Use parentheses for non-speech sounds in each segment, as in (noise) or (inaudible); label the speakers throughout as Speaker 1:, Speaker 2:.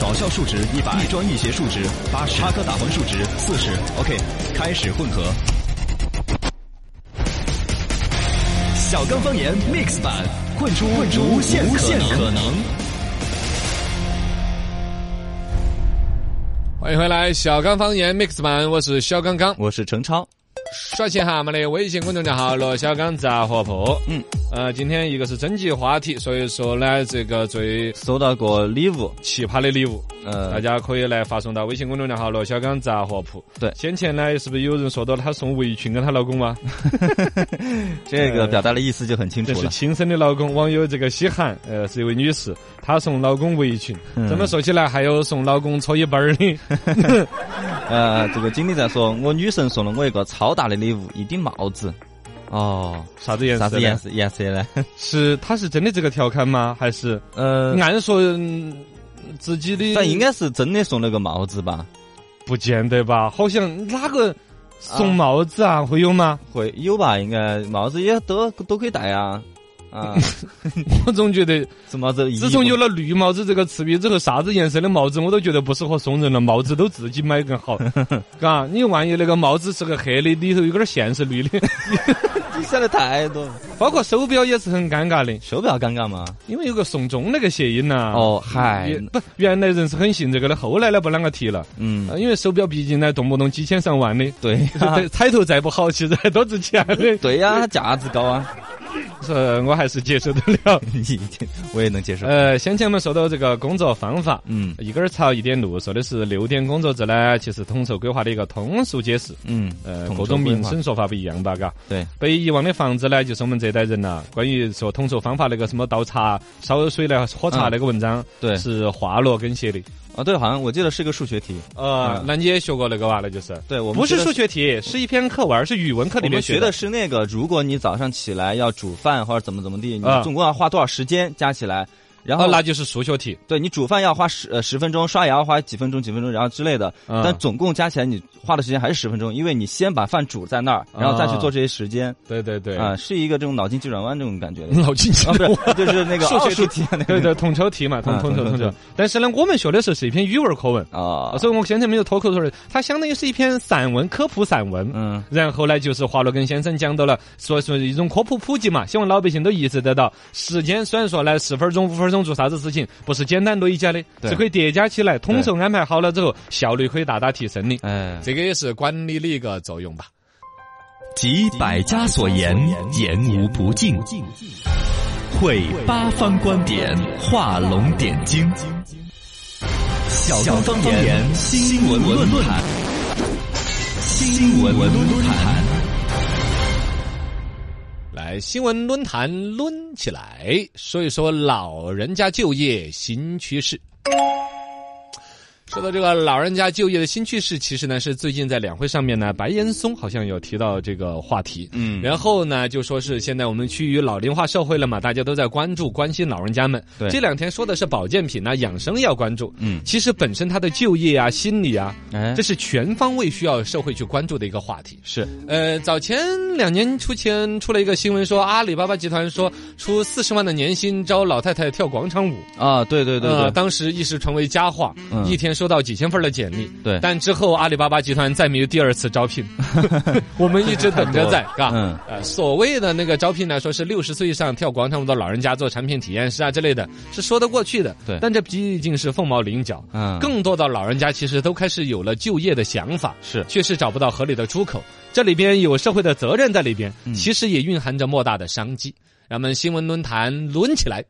Speaker 1: 搞笑数值一百，一专一邪数值八十，插科打诨数值四十。OK，开始混合。小刚方言 mix 版，混出混出无限可能。
Speaker 2: 欢迎回来，小刚方言 Mix 版，我是小刚刚。
Speaker 1: 我是陈超，
Speaker 2: 刷新下我们的微信公众账号“罗小刚杂货铺”。
Speaker 1: 嗯，
Speaker 2: 呃，今天一个是征集话题，所以说呢，这个最
Speaker 1: 收到过礼物，
Speaker 2: 奇葩的礼物，大
Speaker 1: 呃，
Speaker 2: 家可以来发送到微信公众账号“罗小刚杂货铺”。
Speaker 1: 对
Speaker 2: 先前呢，是不是有人说到她送围裙给她老公吗？
Speaker 1: (laughs)
Speaker 2: 呃
Speaker 1: 这个表达的意思就很清楚
Speaker 2: 这是
Speaker 1: 了。
Speaker 2: 亲生的老公。网友这个西涵，呃，是一位女士，她送老公围裙。
Speaker 1: 嗯
Speaker 2: 这么说起来，还有送老公搓衣板儿的。
Speaker 1: 呃，这个经理在说，我女神送了我一个超大的礼物，一顶帽子。哦，
Speaker 2: 啥子颜
Speaker 1: (laughs)
Speaker 2: 色？
Speaker 1: 啥子颜？色颜色呢？
Speaker 2: 是她是真的这个调侃吗？还是？
Speaker 1: 呃，
Speaker 2: 按说嗯自己的，
Speaker 1: 但应该是真的送了个帽子吧？
Speaker 2: 不见得吧？好像哪个送帽子啊？会有吗？ (laughs)
Speaker 1: 会有吧？应该帽子也都都可以戴啊。
Speaker 2: (laughs)
Speaker 1: 啊，
Speaker 2: 我总觉得，
Speaker 1: 这帽子
Speaker 2: 自从有
Speaker 1: 了
Speaker 2: 了“绿帽子”这个词语之后，啥子颜色的帽子我都觉得不适合送人了，帽子都自己买
Speaker 1: (laughs)
Speaker 2: 更好。嘎，你万一那个帽子是个黑的，里头有根线是绿的， (laughs)
Speaker 1: 你想的太多了，
Speaker 2: 包括手表也是很尴尬的，
Speaker 1: 手表尴尬吗？
Speaker 2: 因为有个送钟那个谐音呐、
Speaker 1: 哦嗨
Speaker 2: 也不，原来人是很信这个的，后来呢不啷个提了，
Speaker 1: 嗯，
Speaker 2: 呃因为手表毕竟呢动不动几千上万的，
Speaker 1: 对
Speaker 2: (laughs)
Speaker 1: 呀、
Speaker 2: 这彩头再不好，其实还多值
Speaker 1: (laughs)
Speaker 2: 钱的。
Speaker 1: 对呀、价值高啊， (laughs)
Speaker 2: 是，我还是接受得了。
Speaker 1: 你这我也能接受。
Speaker 2: (laughs) 呃，先前我们说到这个工作方法，
Speaker 1: 嗯
Speaker 2: 一根儿草一点路，说的是六点工作制呢，其实统筹规划的一个通俗解释。
Speaker 1: 嗯，
Speaker 2: 呃，
Speaker 1: 统
Speaker 2: 各
Speaker 1: 筹
Speaker 2: 种
Speaker 1: 规
Speaker 2: 民
Speaker 1: 划
Speaker 2: 生说法不一样吧，嘎。
Speaker 1: 对，
Speaker 2: 被遗忘的房子呢，就是我们这代人呐、关于说统筹方法那个什么倒茶、烧水来喝茶
Speaker 1: 嗯
Speaker 2: 那个文章，
Speaker 1: 对
Speaker 2: 是华罗庚写的。
Speaker 1: 啊，对，好像我记得是个数学题。
Speaker 2: 呃
Speaker 1: 嗯，
Speaker 2: 那你也学过那个哇？那就是
Speaker 1: 对，我们
Speaker 2: 不是
Speaker 1: 学的
Speaker 2: 数，学题，是一篇课文，是语文课里
Speaker 1: 我
Speaker 2: 面
Speaker 1: 们学
Speaker 2: 的
Speaker 1: 的。是那个，如果你早上起来要煮饭或者怎么怎么地，你
Speaker 2: 啊
Speaker 1: 总共要花多少时间加起来？然
Speaker 2: 哦，
Speaker 1: 后
Speaker 2: 那就是数学题。
Speaker 1: 对你煮饭要花十呃十分钟，刷牙要花几分钟几分钟，然后之类的。
Speaker 2: 嗯
Speaker 1: 但总共加起来你花的时间还是十分钟，因为你先把饭煮在那儿，然后再去做这些时间
Speaker 2: 对对啊对，
Speaker 1: 啊，是一个这种脑筋急转弯这种感觉
Speaker 2: (laughs)
Speaker 1: 的。
Speaker 2: 脑筋急
Speaker 1: 啊，不
Speaker 2: 转弯。
Speaker 1: 是，就是那个
Speaker 2: 数学
Speaker 1: 奥数题啊那
Speaker 2: 对
Speaker 1: 个
Speaker 2: 对，统筹题嘛，统
Speaker 1: 啊
Speaker 2: 统筹
Speaker 1: 统筹
Speaker 2: 统筹
Speaker 1: 题。
Speaker 2: 但是呢，我们学的时候是一篇语文课文，
Speaker 1: 啊，
Speaker 2: 所以我先前没有脱口而出，它相当于是一篇散文科普散文。
Speaker 1: 嗯
Speaker 2: 然后呢，就是华罗庚先生讲到了，说是一种科普普及嘛，希望老百姓都意识得到，时间虽然说呢四分钟、五分钟做啥子事情，不是简单累加的，
Speaker 1: 对
Speaker 2: 是可以叠加起来，统筹安排好了之后，效率可以大大提升的。
Speaker 1: 哎，
Speaker 2: 这个也是管理的一个作用吧。
Speaker 3: 集百家所言，言无不尽；汇八方观点，画龙点睛。小刚方言新闻论坛，新闻论坛。
Speaker 2: 来，新闻论坛抡起来，说一说老人家就业新趋势。说到这个老人家就业的新趋势，其实呢是最近在两会上面呢，白岩松好像有提到这个话题。
Speaker 1: 嗯
Speaker 2: 然后呢，就说是现在我们趋于老龄化社会了嘛，大家都在关注关心老人家们。
Speaker 1: 对
Speaker 2: 这两天说的是保健品呐、啊养生要关注。
Speaker 1: 嗯
Speaker 2: 其实本身他的就业啊、心理啊，
Speaker 1: 哎
Speaker 2: 这是全方位需要社会去关注的一个话题。
Speaker 1: 是
Speaker 2: 呃，早前两年出前出了一个新闻说，阿里巴巴集团说出四十万的年薪招老太太跳广场舞。
Speaker 1: 啊，对对对对，
Speaker 2: 呃，当时一时传为佳话，
Speaker 1: 嗯
Speaker 2: 一天收到几千份的简历。
Speaker 1: 对
Speaker 2: 但之后阿里巴巴集团再没有第二次招聘，
Speaker 1: (laughs)
Speaker 2: 我们一直等着在，嘎。
Speaker 1: 嗯
Speaker 2: 呃，所谓的那个招聘来说是六十岁以上跳广场舞的老人家做产品体验师啊之类的，是说得过去的。
Speaker 1: 对
Speaker 2: 但这毕竟是凤毛麟角。
Speaker 1: 嗯，
Speaker 2: 更多的老人家其实都开始有了就业的想法，
Speaker 1: 是
Speaker 2: 确实找不到合理的出口。这里边有社会的责任在里边，
Speaker 1: 嗯
Speaker 2: 其实也蕴含着莫大的商机。咱们新闻论坛抡起来，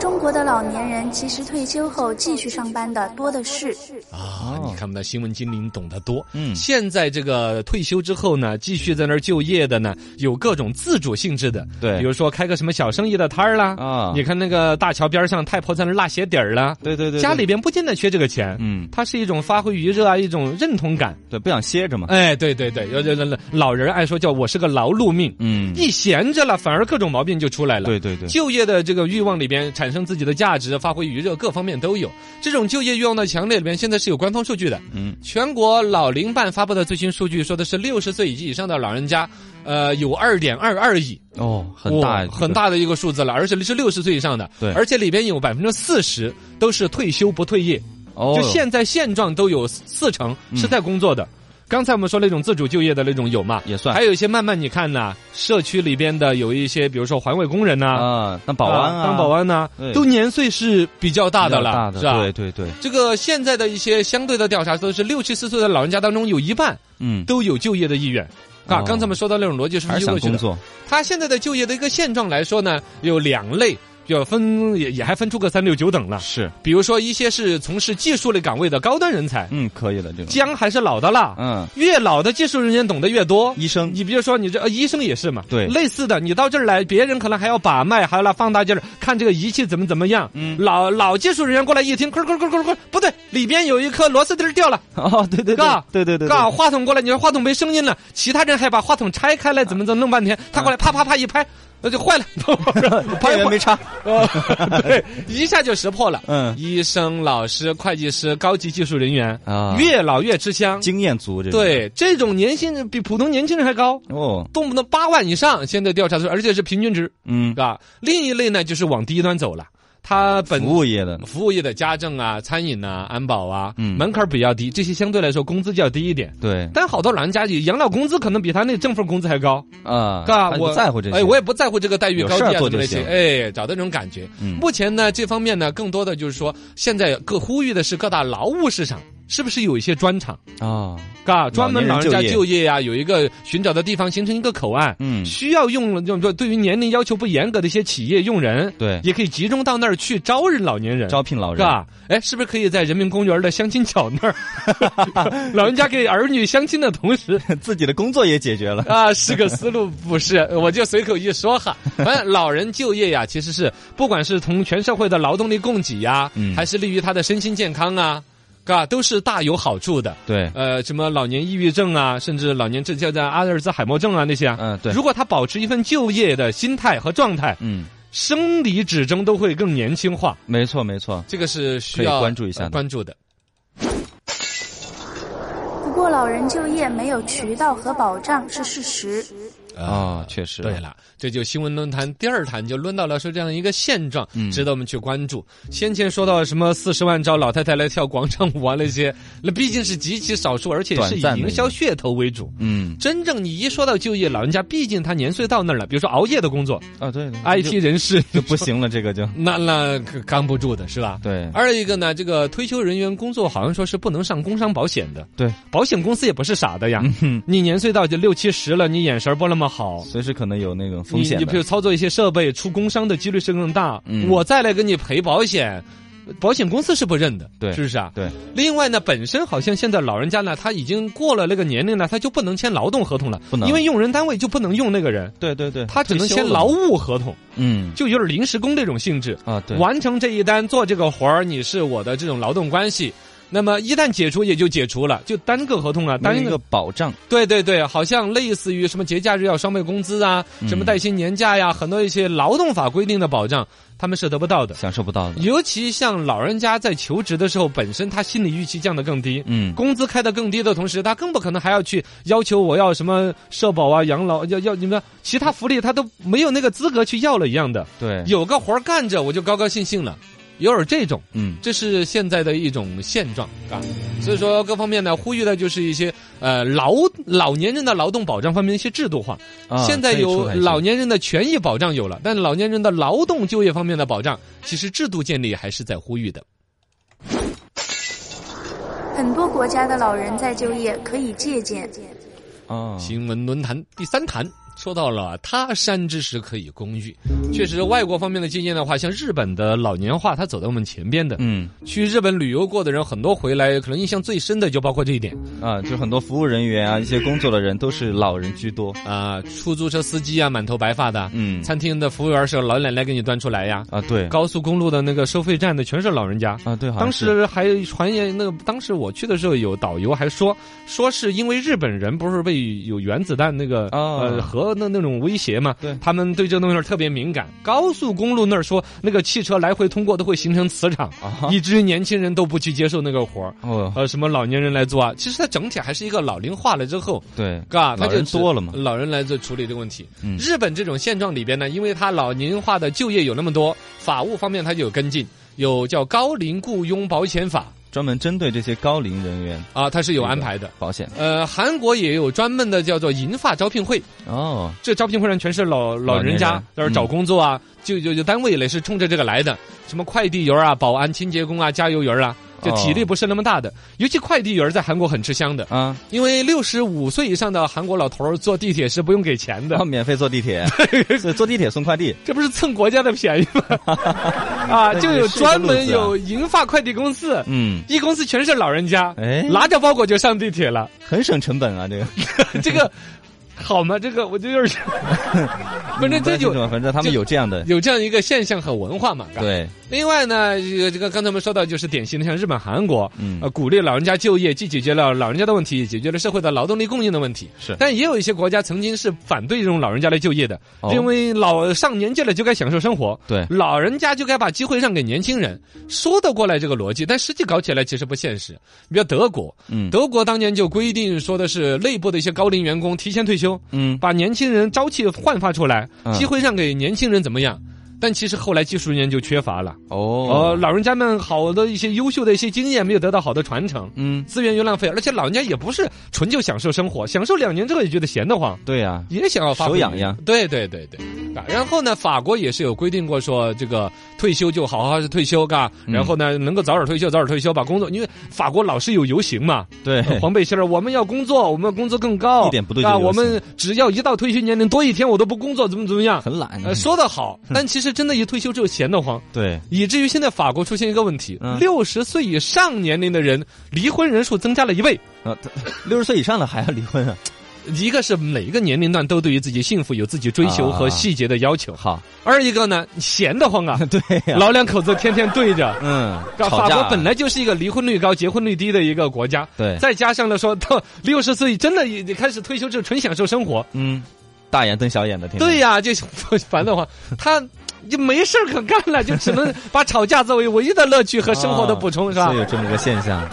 Speaker 4: 中国的老年人其实退休后继续上班的多的是。
Speaker 2: 啊，
Speaker 1: 哦
Speaker 2: 你看我们的新闻精灵懂得多。
Speaker 1: 嗯
Speaker 2: 现在这个退休之后呢，继续在那儿就业的呢，有各种自主性质的，
Speaker 1: 对
Speaker 2: 比如说开个什么小生意的摊儿啦，
Speaker 1: 啊
Speaker 2: 你看那个大桥边上太婆在那儿落鞋底儿啦，
Speaker 1: 对对对，对
Speaker 2: 家里边不见得缺这个钱，
Speaker 1: 嗯
Speaker 2: 它是一种发挥余热啊，一种认同感。
Speaker 1: 对不想歇着嘛，
Speaker 2: 哎，对对对，有有有老人爱说叫我是个劳碌命，
Speaker 1: 嗯，
Speaker 2: 一闲着了，反而各种毛病就出来了。
Speaker 1: 对对对，
Speaker 2: 就业的这个欲望里边产生升自己的价值，啊发挥余热，各方面都有。这种就业欲望的强烈里面，现在是有官方数据的。
Speaker 1: 嗯，
Speaker 2: 全国老龄办发布的最新数据说的是，六十岁以及以上的老人家，呃，有二点二二亿，
Speaker 1: 哦，很大
Speaker 2: 哇很，大的一个数字了，而且是六十岁以上的，
Speaker 1: 对
Speaker 2: 而且里边有百分之四十都是退休不退业，
Speaker 1: 哦，嗯
Speaker 2: 就现在现状都有四成是在工作的。刚才我们说那种自主就业的那种有嘛，
Speaker 1: 也算
Speaker 2: 还有一些慢慢你看呐、社区里边的有一些，比如说环卫工人呐、
Speaker 1: 啊，当保安啊，
Speaker 2: 当保安呐、
Speaker 1: 对
Speaker 2: 都年岁是比较大
Speaker 1: 比较
Speaker 2: 的了，
Speaker 1: 大的，
Speaker 2: 是吧？
Speaker 1: 对对对，
Speaker 2: 这个现在的一些相对的调查都是六七十岁的老人家当中有一半
Speaker 1: 嗯，
Speaker 2: 都有就业的意愿。啊，
Speaker 1: 哦
Speaker 2: 刚才我们说到那种逻辑是
Speaker 1: 还是
Speaker 2: 用
Speaker 1: 想
Speaker 2: 过去
Speaker 1: 工
Speaker 2: 的。
Speaker 1: 作，
Speaker 2: 他现在的就业的一个现状来说呢，有两类，就分也也还分出个三六九等了。
Speaker 1: 是，
Speaker 2: 比如说，一些是从事技术类岗位的高端人才，
Speaker 1: 嗯，可以了，这种，
Speaker 2: 姜还是老的辣，
Speaker 1: 嗯，
Speaker 2: 越老的技术人员懂得越多。
Speaker 1: 医生，
Speaker 2: 你比如说，你这、呃、医生也是嘛，
Speaker 1: 对
Speaker 2: 类似的，你到这儿来，别人可能还要把脉，啊还要来放大镜儿看这个仪器怎么怎么样。
Speaker 1: 嗯
Speaker 2: 老老技术人员过来一听，快快快快快，不对，里边有一颗螺丝钉儿掉了，
Speaker 1: (laughs) 哦，对对
Speaker 2: 嘎
Speaker 1: 对，对对对，
Speaker 2: 嘎，话筒过来，你说话筒没声音了，其他人还把话筒拆开来，怎么怎么弄半天，
Speaker 1: 嗯
Speaker 2: 他过来啪啪啪一拍，那
Speaker 1: (laughs)
Speaker 2: 就坏了， (laughs)
Speaker 1: 电源没插，
Speaker 2: 哦， (laughs) 对，一下就识破了。
Speaker 1: 嗯，
Speaker 2: 医生、老师、会计师、高级技术人员
Speaker 1: 啊
Speaker 2: 越老越吃
Speaker 1: (laughs)
Speaker 2: 香。
Speaker 1: 经验足，这种，
Speaker 2: 对，这种年薪比普通年轻人还高，
Speaker 1: 哦，
Speaker 2: 动不动八万以上。现在调查出，而且是平均值，
Speaker 1: 嗯
Speaker 2: 是，吧？另一类呢，就是往低端走了，他本
Speaker 1: 服务业的，
Speaker 2: 服务业的家政啊、餐饮啊、安保啊，
Speaker 1: 嗯
Speaker 2: 门槛比较低，这些相对来说工资较低一点。
Speaker 1: 对，
Speaker 2: 但好多老人家也养老工资可能比他那正份工资还高，
Speaker 1: 啊，
Speaker 2: 嘎，
Speaker 1: 他也
Speaker 2: 我
Speaker 1: 不在乎这些，
Speaker 2: 哎，我也不在乎这个待遇
Speaker 1: 有
Speaker 2: 高
Speaker 1: 事儿
Speaker 2: 低啊
Speaker 1: 做
Speaker 2: 什么
Speaker 1: 就
Speaker 2: 那些，
Speaker 1: 行
Speaker 2: 哎，找到这种感觉。
Speaker 1: 嗯
Speaker 2: 目前呢，这方面呢，更多的就是说，现在各呼吁的是各大劳务市场是不是有一些专场，
Speaker 1: 啊，
Speaker 2: 嘎，专门老人
Speaker 1: 老
Speaker 2: 家
Speaker 1: 年人
Speaker 2: 就
Speaker 1: 就
Speaker 2: 业呀、有一个寻找的地方，形成一个口岸。
Speaker 1: 嗯，
Speaker 2: 需要用就就对于年龄要求不严格的一些企业用人，
Speaker 1: 对
Speaker 2: 也可以集中到那儿去招人老年人，
Speaker 1: 招聘老
Speaker 2: 是
Speaker 1: 人，
Speaker 2: 吧？哎，是不是可以在人民公园的相亲角
Speaker 1: (laughs)
Speaker 2: 那儿，老人家给儿女相亲的同时，
Speaker 1: 自己的工作也解决
Speaker 2: (laughs)
Speaker 1: 了，
Speaker 2: 啊，是个思路，不是，我就随口一说哈。反正老人就业呀，其实是不管是从全社会的劳动力供给呀，
Speaker 1: 嗯
Speaker 2: 还是利于他的身心健康啊，嘎，都是大有好处的。
Speaker 1: 对，
Speaker 2: 呃，什么老年抑郁症啊，甚至老年这叫叫阿尔兹海默症啊那些啊，
Speaker 1: 嗯对
Speaker 2: 如果他保持一份就业的心态和状态，
Speaker 1: 嗯，
Speaker 2: 生理指征都会更年轻化，
Speaker 1: 没错没错，
Speaker 2: 这个是需
Speaker 1: 可以
Speaker 2: 要
Speaker 1: 关注一下的
Speaker 2: 呃关注的。
Speaker 4: 不过，老人就业没有渠道和保障是事实。
Speaker 1: 啊，确实，
Speaker 2: 对，了，这就新闻论坛第二谈就论到了说这样一个现状，
Speaker 1: 嗯
Speaker 2: 值得我们去关注。先前说到什么四十万招老太太来跳广场舞啊那些，那毕竟是极其少数，而且是
Speaker 1: 短
Speaker 2: 以
Speaker 1: 暂的
Speaker 2: 营销噱头为主。
Speaker 1: 嗯，
Speaker 2: 真正你一说到就业，老人家毕竟他年岁到那儿了，比如说熬夜的工作
Speaker 1: 啊对了
Speaker 2: ，IT 人士
Speaker 1: (laughs) 就不行了，这个就
Speaker 2: 那那可扛不住的是吧？
Speaker 1: 对
Speaker 2: 二一个呢，这个退休人员工作好像说是不能上工伤保险的，
Speaker 1: 对，嗯
Speaker 2: 保险公司也不是傻的呀。
Speaker 1: 哼
Speaker 2: 你年岁到就六七十了，你眼神儿不那么好，
Speaker 1: 随时可能有那种风险
Speaker 2: 你你比如
Speaker 1: 的，
Speaker 2: 操作一些设备出工伤的几率是更大。
Speaker 1: 嗯
Speaker 2: 我再来给你赔保险，保险公司是不认的，
Speaker 1: 对
Speaker 2: 是不是啊？
Speaker 1: 对，
Speaker 2: 另外呢，本身好像现在老人家呢，他已经过了那个年龄了，他就不能签劳动合同了，
Speaker 1: 不能
Speaker 2: 因为用人单位就不能用那个人，
Speaker 1: 对对对，
Speaker 2: 他只能
Speaker 1: 退休
Speaker 2: 签
Speaker 1: 了
Speaker 2: 劳务合同，
Speaker 1: 嗯
Speaker 2: 就有点临时工这种性质。
Speaker 1: 啊对，
Speaker 2: 完成这一单做这个活儿，你是我的这种劳动关系。那么一旦解除也就解除了，就单个合同啊，
Speaker 1: 当
Speaker 2: 单
Speaker 1: 一个保障，
Speaker 2: 对对对，好像类似于什么节假日要双倍工资啊，
Speaker 1: 嗯
Speaker 2: 什么带薪年假呀，很多一些劳动法规定的保障，他们是得不到的。
Speaker 1: 享受不到的，
Speaker 2: 尤其像老人家在求职的时候，本身他心理预期降得更低，
Speaker 1: 嗯，
Speaker 2: 工资开得更低的同时，他更不可能还要去要求我要什么社保啊、养老要要你们其他福利，他都没有那个资格去要了一样的。
Speaker 1: 对，
Speaker 2: 有个活儿干着，我就高高兴兴了，有点这种。
Speaker 1: 嗯
Speaker 2: 这是现在的一种现状啊。所以说，各方面呢，呼吁的就是一些呃劳老年人的劳动保障方面的一些制度化。
Speaker 1: 啊
Speaker 2: 现在
Speaker 1: 可以出
Speaker 2: 有
Speaker 1: 来一些
Speaker 2: 老年人的权益保障有了，但老年人的劳动就业方面的保障，其实制度建立还是在呼吁的。
Speaker 1: 啊
Speaker 4: 很多国家的老人在就业可以借鉴。
Speaker 1: 啊，
Speaker 2: 新闻论坛第三谈。说到了他山之石可以攻玉，确实外国方面的经验的话，像日本的老年化，它走在我们前边的。
Speaker 1: 嗯
Speaker 2: 去日本旅游过的人很多，回来可能印象最深的就包括这一点。
Speaker 1: 啊，就很多服务人员啊，一些工作的人都是老人居多，
Speaker 2: 啊、出租车司机啊，满头白发的，
Speaker 1: 嗯
Speaker 2: 餐厅的服务员是老奶奶给你端出来呀，
Speaker 1: 啊对
Speaker 2: 高速公路的那个收费站的全是老人家。
Speaker 1: 啊对，好像
Speaker 2: 当
Speaker 1: 是
Speaker 2: 时还传言，那个当时我去的时候，有导游还说，说是因为日本人不是被有原子弹那个、
Speaker 1: 哦
Speaker 2: 呃核核的那种威胁嘛，
Speaker 1: 对
Speaker 2: 他们对这东西儿特别敏感。高速公路那儿说那个汽车来回通过都会形成磁场，
Speaker 1: 啊哈
Speaker 2: 以至于年轻人都不去接受那个活儿，
Speaker 1: 哦，
Speaker 2: 呃，什么老年人来做啊，其实它整体还是一个老龄化了之后。
Speaker 1: 对，
Speaker 2: 嘎，他
Speaker 1: 老
Speaker 2: 就
Speaker 1: 人多了嘛，
Speaker 2: 老人来这处理这个问题。
Speaker 1: 嗯
Speaker 2: 日本这种现状里边呢，因为它老龄化的就业有那么多，法务方面它就有跟进，有叫高龄雇佣保险法
Speaker 1: 专门针对这些高龄人员
Speaker 2: 啊，它是有安排的。
Speaker 1: 保险。
Speaker 2: 呃，韩国也有专门的叫做银发招聘会，
Speaker 1: 哦，
Speaker 2: 这招聘会上全是老老人
Speaker 1: 老
Speaker 2: 家
Speaker 1: 年人
Speaker 2: 在这儿找工作啊，就就就单位也是冲着这个来的，什么快递员啊、保安、清洁工啊、加油员啊，就体力
Speaker 1: 哦
Speaker 2: 不是那么大的，尤其快递员在韩国很吃香的，
Speaker 1: 啊，
Speaker 2: 因为六十五岁以上的韩国老头儿坐地铁是不用给钱
Speaker 1: (laughs)
Speaker 2: 的
Speaker 1: 然后，免费坐地铁，是坐地铁送快递。
Speaker 2: 这不是蹭国家的便宜吗？啊，就有专门有银发快递公司，
Speaker 1: 嗯，
Speaker 2: 一公司全是老人家，
Speaker 1: 哎，
Speaker 2: 拿着包裹就上地铁了，
Speaker 1: 很省成本啊，这个。
Speaker 2: 这个好吗？这个我就有点儿，反正这
Speaker 1: 不知道
Speaker 2: 就
Speaker 1: 为什么反正他们有这样的。
Speaker 2: 有这样一个现象和文化嘛。。
Speaker 1: 对，
Speaker 2: 另外呢，这个这个刚才我们说到，就是典型的像日本、韩国，
Speaker 1: 嗯
Speaker 2: 呃，鼓励老人家就业，既解决了老人家的问题，也解决了社会的劳动力供应的问题。
Speaker 1: 是
Speaker 2: 但也有一些国家曾经是反对这种老人家来就业的，
Speaker 1: 哦
Speaker 2: 认为老上年纪了就该享受生活，
Speaker 1: 对
Speaker 2: 老人家就该把机会让给年轻人，说得过来这个逻辑，但实际搞起来其实不现实。你比如德国，
Speaker 1: 嗯
Speaker 2: 德国当年就规定说的是内部的一些高龄员工提前退休，
Speaker 1: 嗯，
Speaker 2: 把年轻人朝气焕发出来，
Speaker 1: 嗯
Speaker 2: 机会让给年轻人怎么样？但其实后来技术人员就缺乏了，呃，
Speaker 1: 哦，
Speaker 2: 老人家们好的一些优秀的一些经验没有得到好的传承，
Speaker 1: 嗯，
Speaker 2: 资源又浪费，而且老人家也不是纯就享受生活，享受两年之后也觉得闲得慌。
Speaker 1: 对呀，
Speaker 2: 也想要发挥
Speaker 1: 手痒痒，
Speaker 2: 对对对对，啊然后呢，法国也是有规定过说，这个退休就好好退休，嘎，
Speaker 1: 嗯
Speaker 2: 然后呢，能够早点退休，早点退休，把工作，因为法国老是有游行
Speaker 1: (laughs)
Speaker 2: 嘛，
Speaker 1: 对，
Speaker 2: 黄背心儿，我们要工作，我们要工作更高，
Speaker 1: 一点不对劲
Speaker 2: 啊！
Speaker 1: 游行
Speaker 2: 我们只要一到退休年龄多一天，我都不工作，怎么怎么样？
Speaker 1: 很懒。啊
Speaker 2: 呃，说的好，
Speaker 1: 嗯
Speaker 2: 但其实真的，一退休之后闲得慌，
Speaker 1: 对，
Speaker 2: 以至于现在法国出现一个问题：
Speaker 1: 嗯
Speaker 2: 六十岁以上年龄的人离婚人数增加了一倍。
Speaker 1: 啊，六十岁以上了还要离婚啊？ (laughs)
Speaker 2: 一个是每一个年龄段都对于自己幸福有自己追求和
Speaker 1: 啊
Speaker 2: 细节的要求，
Speaker 1: 好， (laughs)
Speaker 2: 二一个呢闲得慌啊，
Speaker 1: 对呀，
Speaker 2: 老两口子天天对着。
Speaker 1: 嗯，
Speaker 2: 法
Speaker 1: (laughs) 吵
Speaker 2: 国
Speaker 1: 架
Speaker 2: 本来就是一个离婚率高、结婚率低的一个国家，
Speaker 1: 对，
Speaker 2: 再加上了说到 (laughs) 六十岁真的也开始退休之后纯享受生活，
Speaker 1: 嗯，大眼瞪小眼的，天天
Speaker 2: 对呀、就 (laughs) 烦得慌，他就没事儿可干了，就只能把吵架作为唯一的乐趣和生活的补充，是吧
Speaker 1: 哦所以？有这么个现象。
Speaker 2: 啊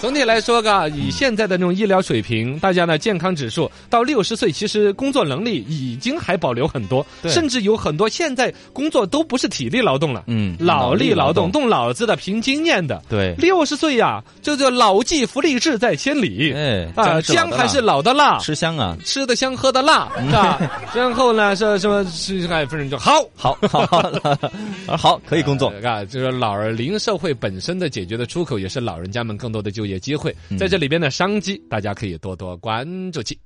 Speaker 2: 总体来说，嘎，以现在的这种医疗水平，大家呢健康指数到六十岁，其实工作能力已经还保留很多，
Speaker 1: 对
Speaker 2: 甚至有很多现在工作都不是体力劳动了，
Speaker 1: 嗯，
Speaker 2: 脑力劳
Speaker 1: 动
Speaker 2: 动，，动脑子的，凭经验的。
Speaker 1: 对，
Speaker 2: 六十岁呀、这叫老骥伏枥，志在千里。
Speaker 1: 哎，
Speaker 2: 啊，姜
Speaker 1: 姜
Speaker 2: 还是
Speaker 1: 老
Speaker 2: 老的辣
Speaker 1: 的辣，吃香啊。
Speaker 2: 吃的香，喝的 (laughs) 辣，是吧？然后呢，说什么是哎，反正就好。
Speaker 1: 好，好， (laughs) 好，好，可以工作。
Speaker 2: 啊，就是老龄社会本身的解决的出口，也是老人家们更多的就业机会，
Speaker 1: 嗯
Speaker 2: 在这里边的商机，大家可以多多关注起。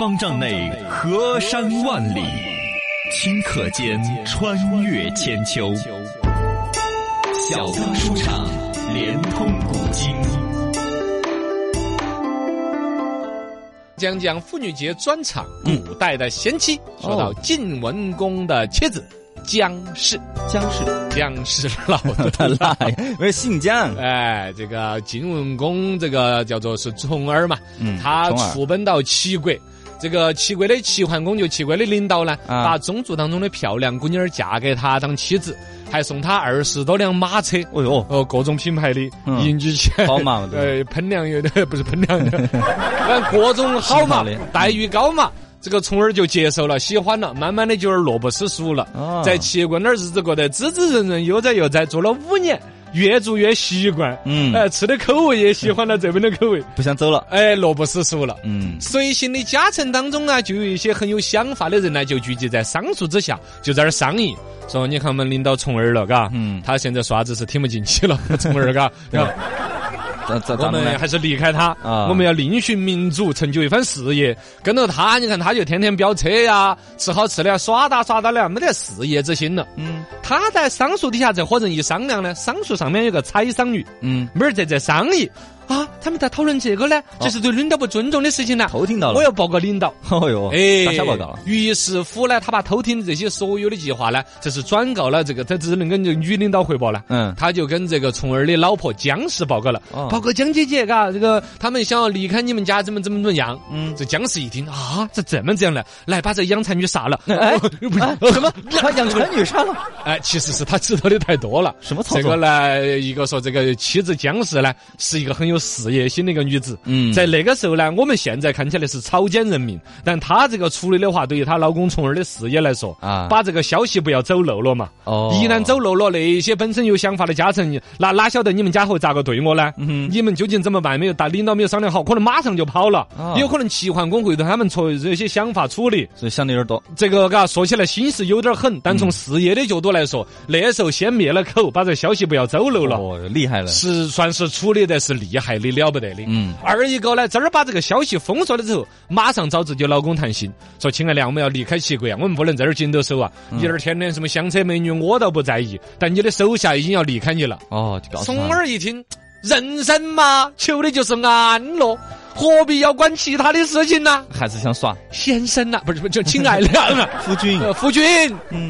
Speaker 3: 方丈内河山万里，顷刻间穿越千秋。小刚书场，连通古今。
Speaker 2: 讲讲妇女节专场，古代的贤妻，说到晋文公的妻子姜氏，
Speaker 1: 姜是 (laughs)
Speaker 2: 姜氏老
Speaker 1: 太
Speaker 2: 的
Speaker 1: 辣呀，因为姓姜。
Speaker 2: 哎，这个晋文公这个叫做是重耳嘛，
Speaker 1: 嗯，
Speaker 2: 他
Speaker 1: 重耳
Speaker 2: 出奔到齐国。这个齐国的齐桓公就齐国的领导呢，
Speaker 1: 啊
Speaker 2: 把宗族当中的漂亮姑娘儿嫁给他当妻子，还送他二十多辆马车，
Speaker 1: 哎呦，
Speaker 2: 哦，各种品牌的
Speaker 1: 嗯
Speaker 2: 迎娶钱，
Speaker 1: 宝马对
Speaker 2: 呃，喷粮油的 (laughs) 不是喷
Speaker 1: (laughs)
Speaker 2: 粮的，反正各种好嘛
Speaker 1: 型号的，
Speaker 2: 待遇高嘛。这个从而就接受了，喜欢了，慢慢的就有点乐不思蜀了。
Speaker 1: 哦
Speaker 2: 在齐国那儿日子过得滋滋润润，悠哉悠哉，做了五年，越做越习惯。
Speaker 1: 嗯
Speaker 2: 哎，吃的口味也喜欢了这边的口味，
Speaker 1: 不想走了。
Speaker 2: 哎，乐不思蜀了。
Speaker 1: 嗯，
Speaker 2: 随行的家臣当中啊，就有一些很有想法的人呢，就聚集在桑树之下，就在那儿商议，说你看我们领导从儿了，嘎，
Speaker 1: 嗯
Speaker 2: 他现在刷子是听不进去了， (laughs) 从儿，
Speaker 1: (laughs)
Speaker 2: 嘎，然后
Speaker 1: 咱咱
Speaker 2: 哎我
Speaker 1: 咱们
Speaker 2: 们
Speaker 1: 呢？
Speaker 2: 还是离开他，
Speaker 1: 啊
Speaker 2: 我们要另寻民主，成就一番事业。跟着他，你看他就天天飙车呀，吃好吃的呀，耍打耍打的，没得事业之心了。
Speaker 1: 嗯，
Speaker 2: 他在桑树底下这伙人一商量呢，桑树上面有个采桑女，
Speaker 1: 嗯，
Speaker 2: 妹儿在这商议啊，他们在讨论这个呢，这是对领导不尊重的事情呢。
Speaker 1: 偷哦听到了
Speaker 2: 我要报告领导。
Speaker 1: 哦哟，
Speaker 2: 哎，
Speaker 1: 打小报告了，
Speaker 2: 于是乎呢，他把偷听的这些所有的计划呢，这是转告了这个，他只能跟这个女领导汇报了。
Speaker 1: 嗯
Speaker 2: 他就跟这个虫儿的老婆姜氏报告了，
Speaker 1: 哦
Speaker 2: 报告姜姐姐，嘎，这个他们想要离开你们家，怎么怎么怎么样？
Speaker 1: 嗯，
Speaker 2: 这姜氏一听啊，这怎么这样呢？来把这养蚕女杀了。
Speaker 1: 哎
Speaker 2: 不是
Speaker 1: 哎，什么？把养成女杀了？
Speaker 2: 哎，其实是他知道的太多了。
Speaker 1: (laughs) 什么操
Speaker 2: 这
Speaker 1: 作
Speaker 2: 个呢，一个说这个妻子姜氏呢，是一个很有事业心的一个女子。
Speaker 1: 嗯
Speaker 2: 在那个时候呢，我们现在看起来是草菅人命，但她这个处理的话，对于她老公从儿的事业来说，
Speaker 1: 啊
Speaker 2: 把这个消息不要走漏了嘛。
Speaker 1: 哦
Speaker 2: 一旦走漏了，那些本身有想法的家臣，那哪晓得你们家伙咋个对我呢？
Speaker 1: 嗯哼
Speaker 2: 你们究竟怎么办？没有大领导没有商量好，可能马上就跑了，
Speaker 1: 哦
Speaker 2: 也有可能齐桓公会对他们错有些想法处理。
Speaker 1: 所以想的有点多。
Speaker 2: 这个嘎说起来心是有点狠，但从事业的角度来说，那时候先灭了口，把这消息不要走漏了。
Speaker 1: 嗯哦，厉害了。
Speaker 2: 是算是处理得是厉害的了不得的，
Speaker 1: 嗯
Speaker 2: 二一个呢，这儿把这个消息封锁了之后，马上找自己老公谈心，说亲爱的，我们要离开齐国啊，我们不能在这儿紧着手啊，
Speaker 1: 嗯
Speaker 2: 你那儿天天什么香车美女，我倒不在意，但你的手下已经要离开你了。
Speaker 1: 哦，就告诉
Speaker 2: 松
Speaker 1: 他了。
Speaker 2: 儿一听，人生嘛，求的就是安乐，何必要管其他的事情呢？
Speaker 1: 还是想耍
Speaker 2: 先生
Speaker 1: 啊
Speaker 2: 呐、不是不是，就亲爱的。
Speaker 1: (laughs) 夫君
Speaker 2: 呃，夫君，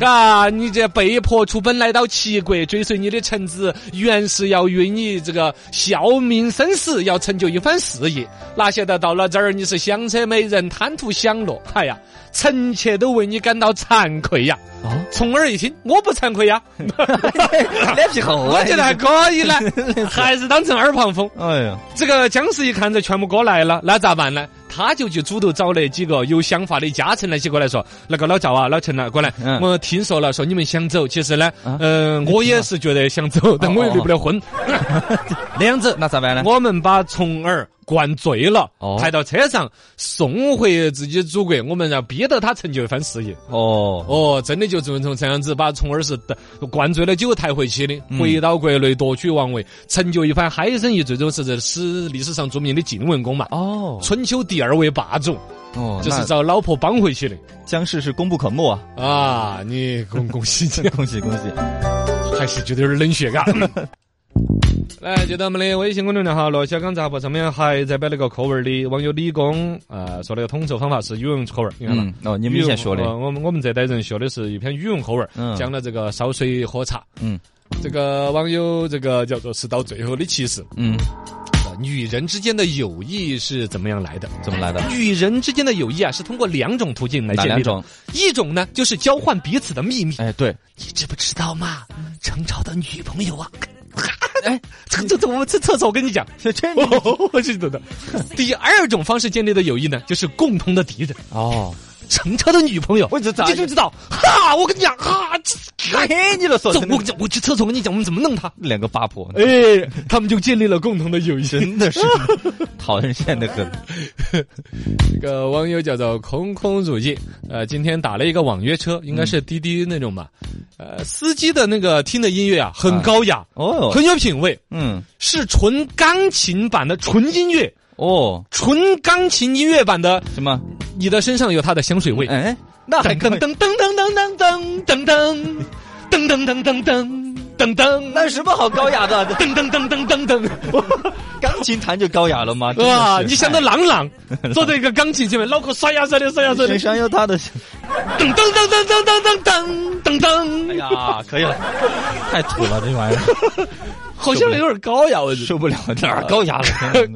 Speaker 2: 啊，你这被迫出奔来到齐国，追随你的臣子，原是要与你这个效命生死，要成就一番事业。哪晓得到了这儿，你是香车美人，贪图享乐，哎呀，臣妾都为你感到惭愧呀。
Speaker 1: 哦，
Speaker 2: 从而一听，我不惭愧呀，
Speaker 1: 脸皮厚啊
Speaker 2: 我觉得还可以呢，还是当成耳旁风。
Speaker 1: 哎呀，
Speaker 2: 这个姜氏一看这全部哥来了，那咋办呢？他就去主动找那几个有想法的家臣那些过来说，那个老赵啊，老陈啊，过来，
Speaker 1: 嗯
Speaker 2: 我听说了，说你们想走，其实呢，
Speaker 1: 啊嗯
Speaker 2: 嗯、我也是觉得想走，但我又离不了婚。
Speaker 1: 那样子那咋办呢？
Speaker 2: 我们把虫儿灌醉了，
Speaker 1: 哦
Speaker 2: 抬到车上送回自己祖国，我们要逼得他成就一番事业。
Speaker 1: 哦，
Speaker 2: 哦，真的就这么从这样子把虫儿是得灌醉了酒抬回去的，
Speaker 1: 嗯
Speaker 2: 回到国内夺取王位，成就一番海参一最终是这史历史上著名的晋文公嘛。
Speaker 1: 哦，
Speaker 2: 春秋第二位霸主，
Speaker 1: 哦，
Speaker 2: 就是找老婆绑回去的
Speaker 1: 那姜氏是功不可没啊！
Speaker 2: 啊！ (laughs) 你恭恭喜你，
Speaker 1: (laughs) 恭喜恭喜！
Speaker 2: 还是觉得有点冷血啊嘎。 (coughs) 来，就到我们的微信公众号“罗小刚杂货”上面还在摆了个课文的网友李工啊、说了个统筹方法是语文课文，你看嘛。
Speaker 1: 嗯，哦，你们以前学的
Speaker 2: 语文呃我们我们这代人学的是一篇语文课文，
Speaker 1: 嗯
Speaker 2: 讲了这个烧水喝茶。
Speaker 1: 嗯，
Speaker 2: 这个网友这个叫做“是到最后的骑士
Speaker 1: 嗯，”，
Speaker 2: 女呃人之间的友谊是怎么样来的？
Speaker 1: 怎么来的？
Speaker 2: 女人之间的友谊啊，是通过两种途径来
Speaker 1: 哪
Speaker 2: 建
Speaker 1: 两
Speaker 2: 立的。
Speaker 1: 种？
Speaker 2: 一种呢，就是交换彼此的秘密。
Speaker 1: 哎，对，
Speaker 2: 你知不知道嘛？陈超的女朋友啊，哎，这这这，我们这厕所我跟你讲，
Speaker 1: 这这
Speaker 2: 哦，我是
Speaker 1: (laughs)
Speaker 2: 真的。第二种方式建立的友谊呢，就是共同的敌人。
Speaker 1: 哦，
Speaker 2: 陈超的女朋友，
Speaker 1: 我这咋
Speaker 2: 你知不知道？哈，我跟你讲，哈，
Speaker 1: (laughs)
Speaker 2: 这哎
Speaker 1: 哎，你都说
Speaker 2: 走，
Speaker 1: 真的
Speaker 2: 我我去厕所，我跟你讲，我们怎么弄他？
Speaker 1: 两个八婆，
Speaker 2: 哎，他们就建立了共同的友谊。
Speaker 1: 真的是 (laughs) 讨人厌的很。
Speaker 2: 这个网友叫做空空如也，呃，今天打了一个网约车，应该是滴滴那种吧，呃，司机的那个听的音乐啊，很高雅，
Speaker 1: 哦，
Speaker 2: 很有品味，
Speaker 1: 嗯，
Speaker 2: 是纯钢琴版的纯音乐，
Speaker 1: 哦，
Speaker 2: 纯钢琴音乐版的，
Speaker 1: 什么？
Speaker 2: 你的身上有它的香水味，
Speaker 1: 哎，那还
Speaker 2: 噔
Speaker 1: 可
Speaker 2: 噔
Speaker 1: 以。
Speaker 2: 噔噔噔噔噔噔噔噔噔噔噔噔噔噔噔。
Speaker 1: 那什么好高雅的？
Speaker 2: 噔噔噔噔噔噔！
Speaker 1: 钢琴弹就高雅了吗？
Speaker 2: 哇，
Speaker 1: 真的是哎
Speaker 2: 你想到朗朗坐在一个钢琴前面，脑壳甩呀甩的甩呀甩
Speaker 1: 哎
Speaker 2: 的
Speaker 1: 身，上有他的？
Speaker 2: 噔噔噔噔噔噔噔噔噔
Speaker 1: 哎
Speaker 2: 噔，
Speaker 1: 呀，可以了，太土了，这玩意儿
Speaker 2: 好像有点高呀，我觉得。
Speaker 1: 受不了，哪儿高雅了？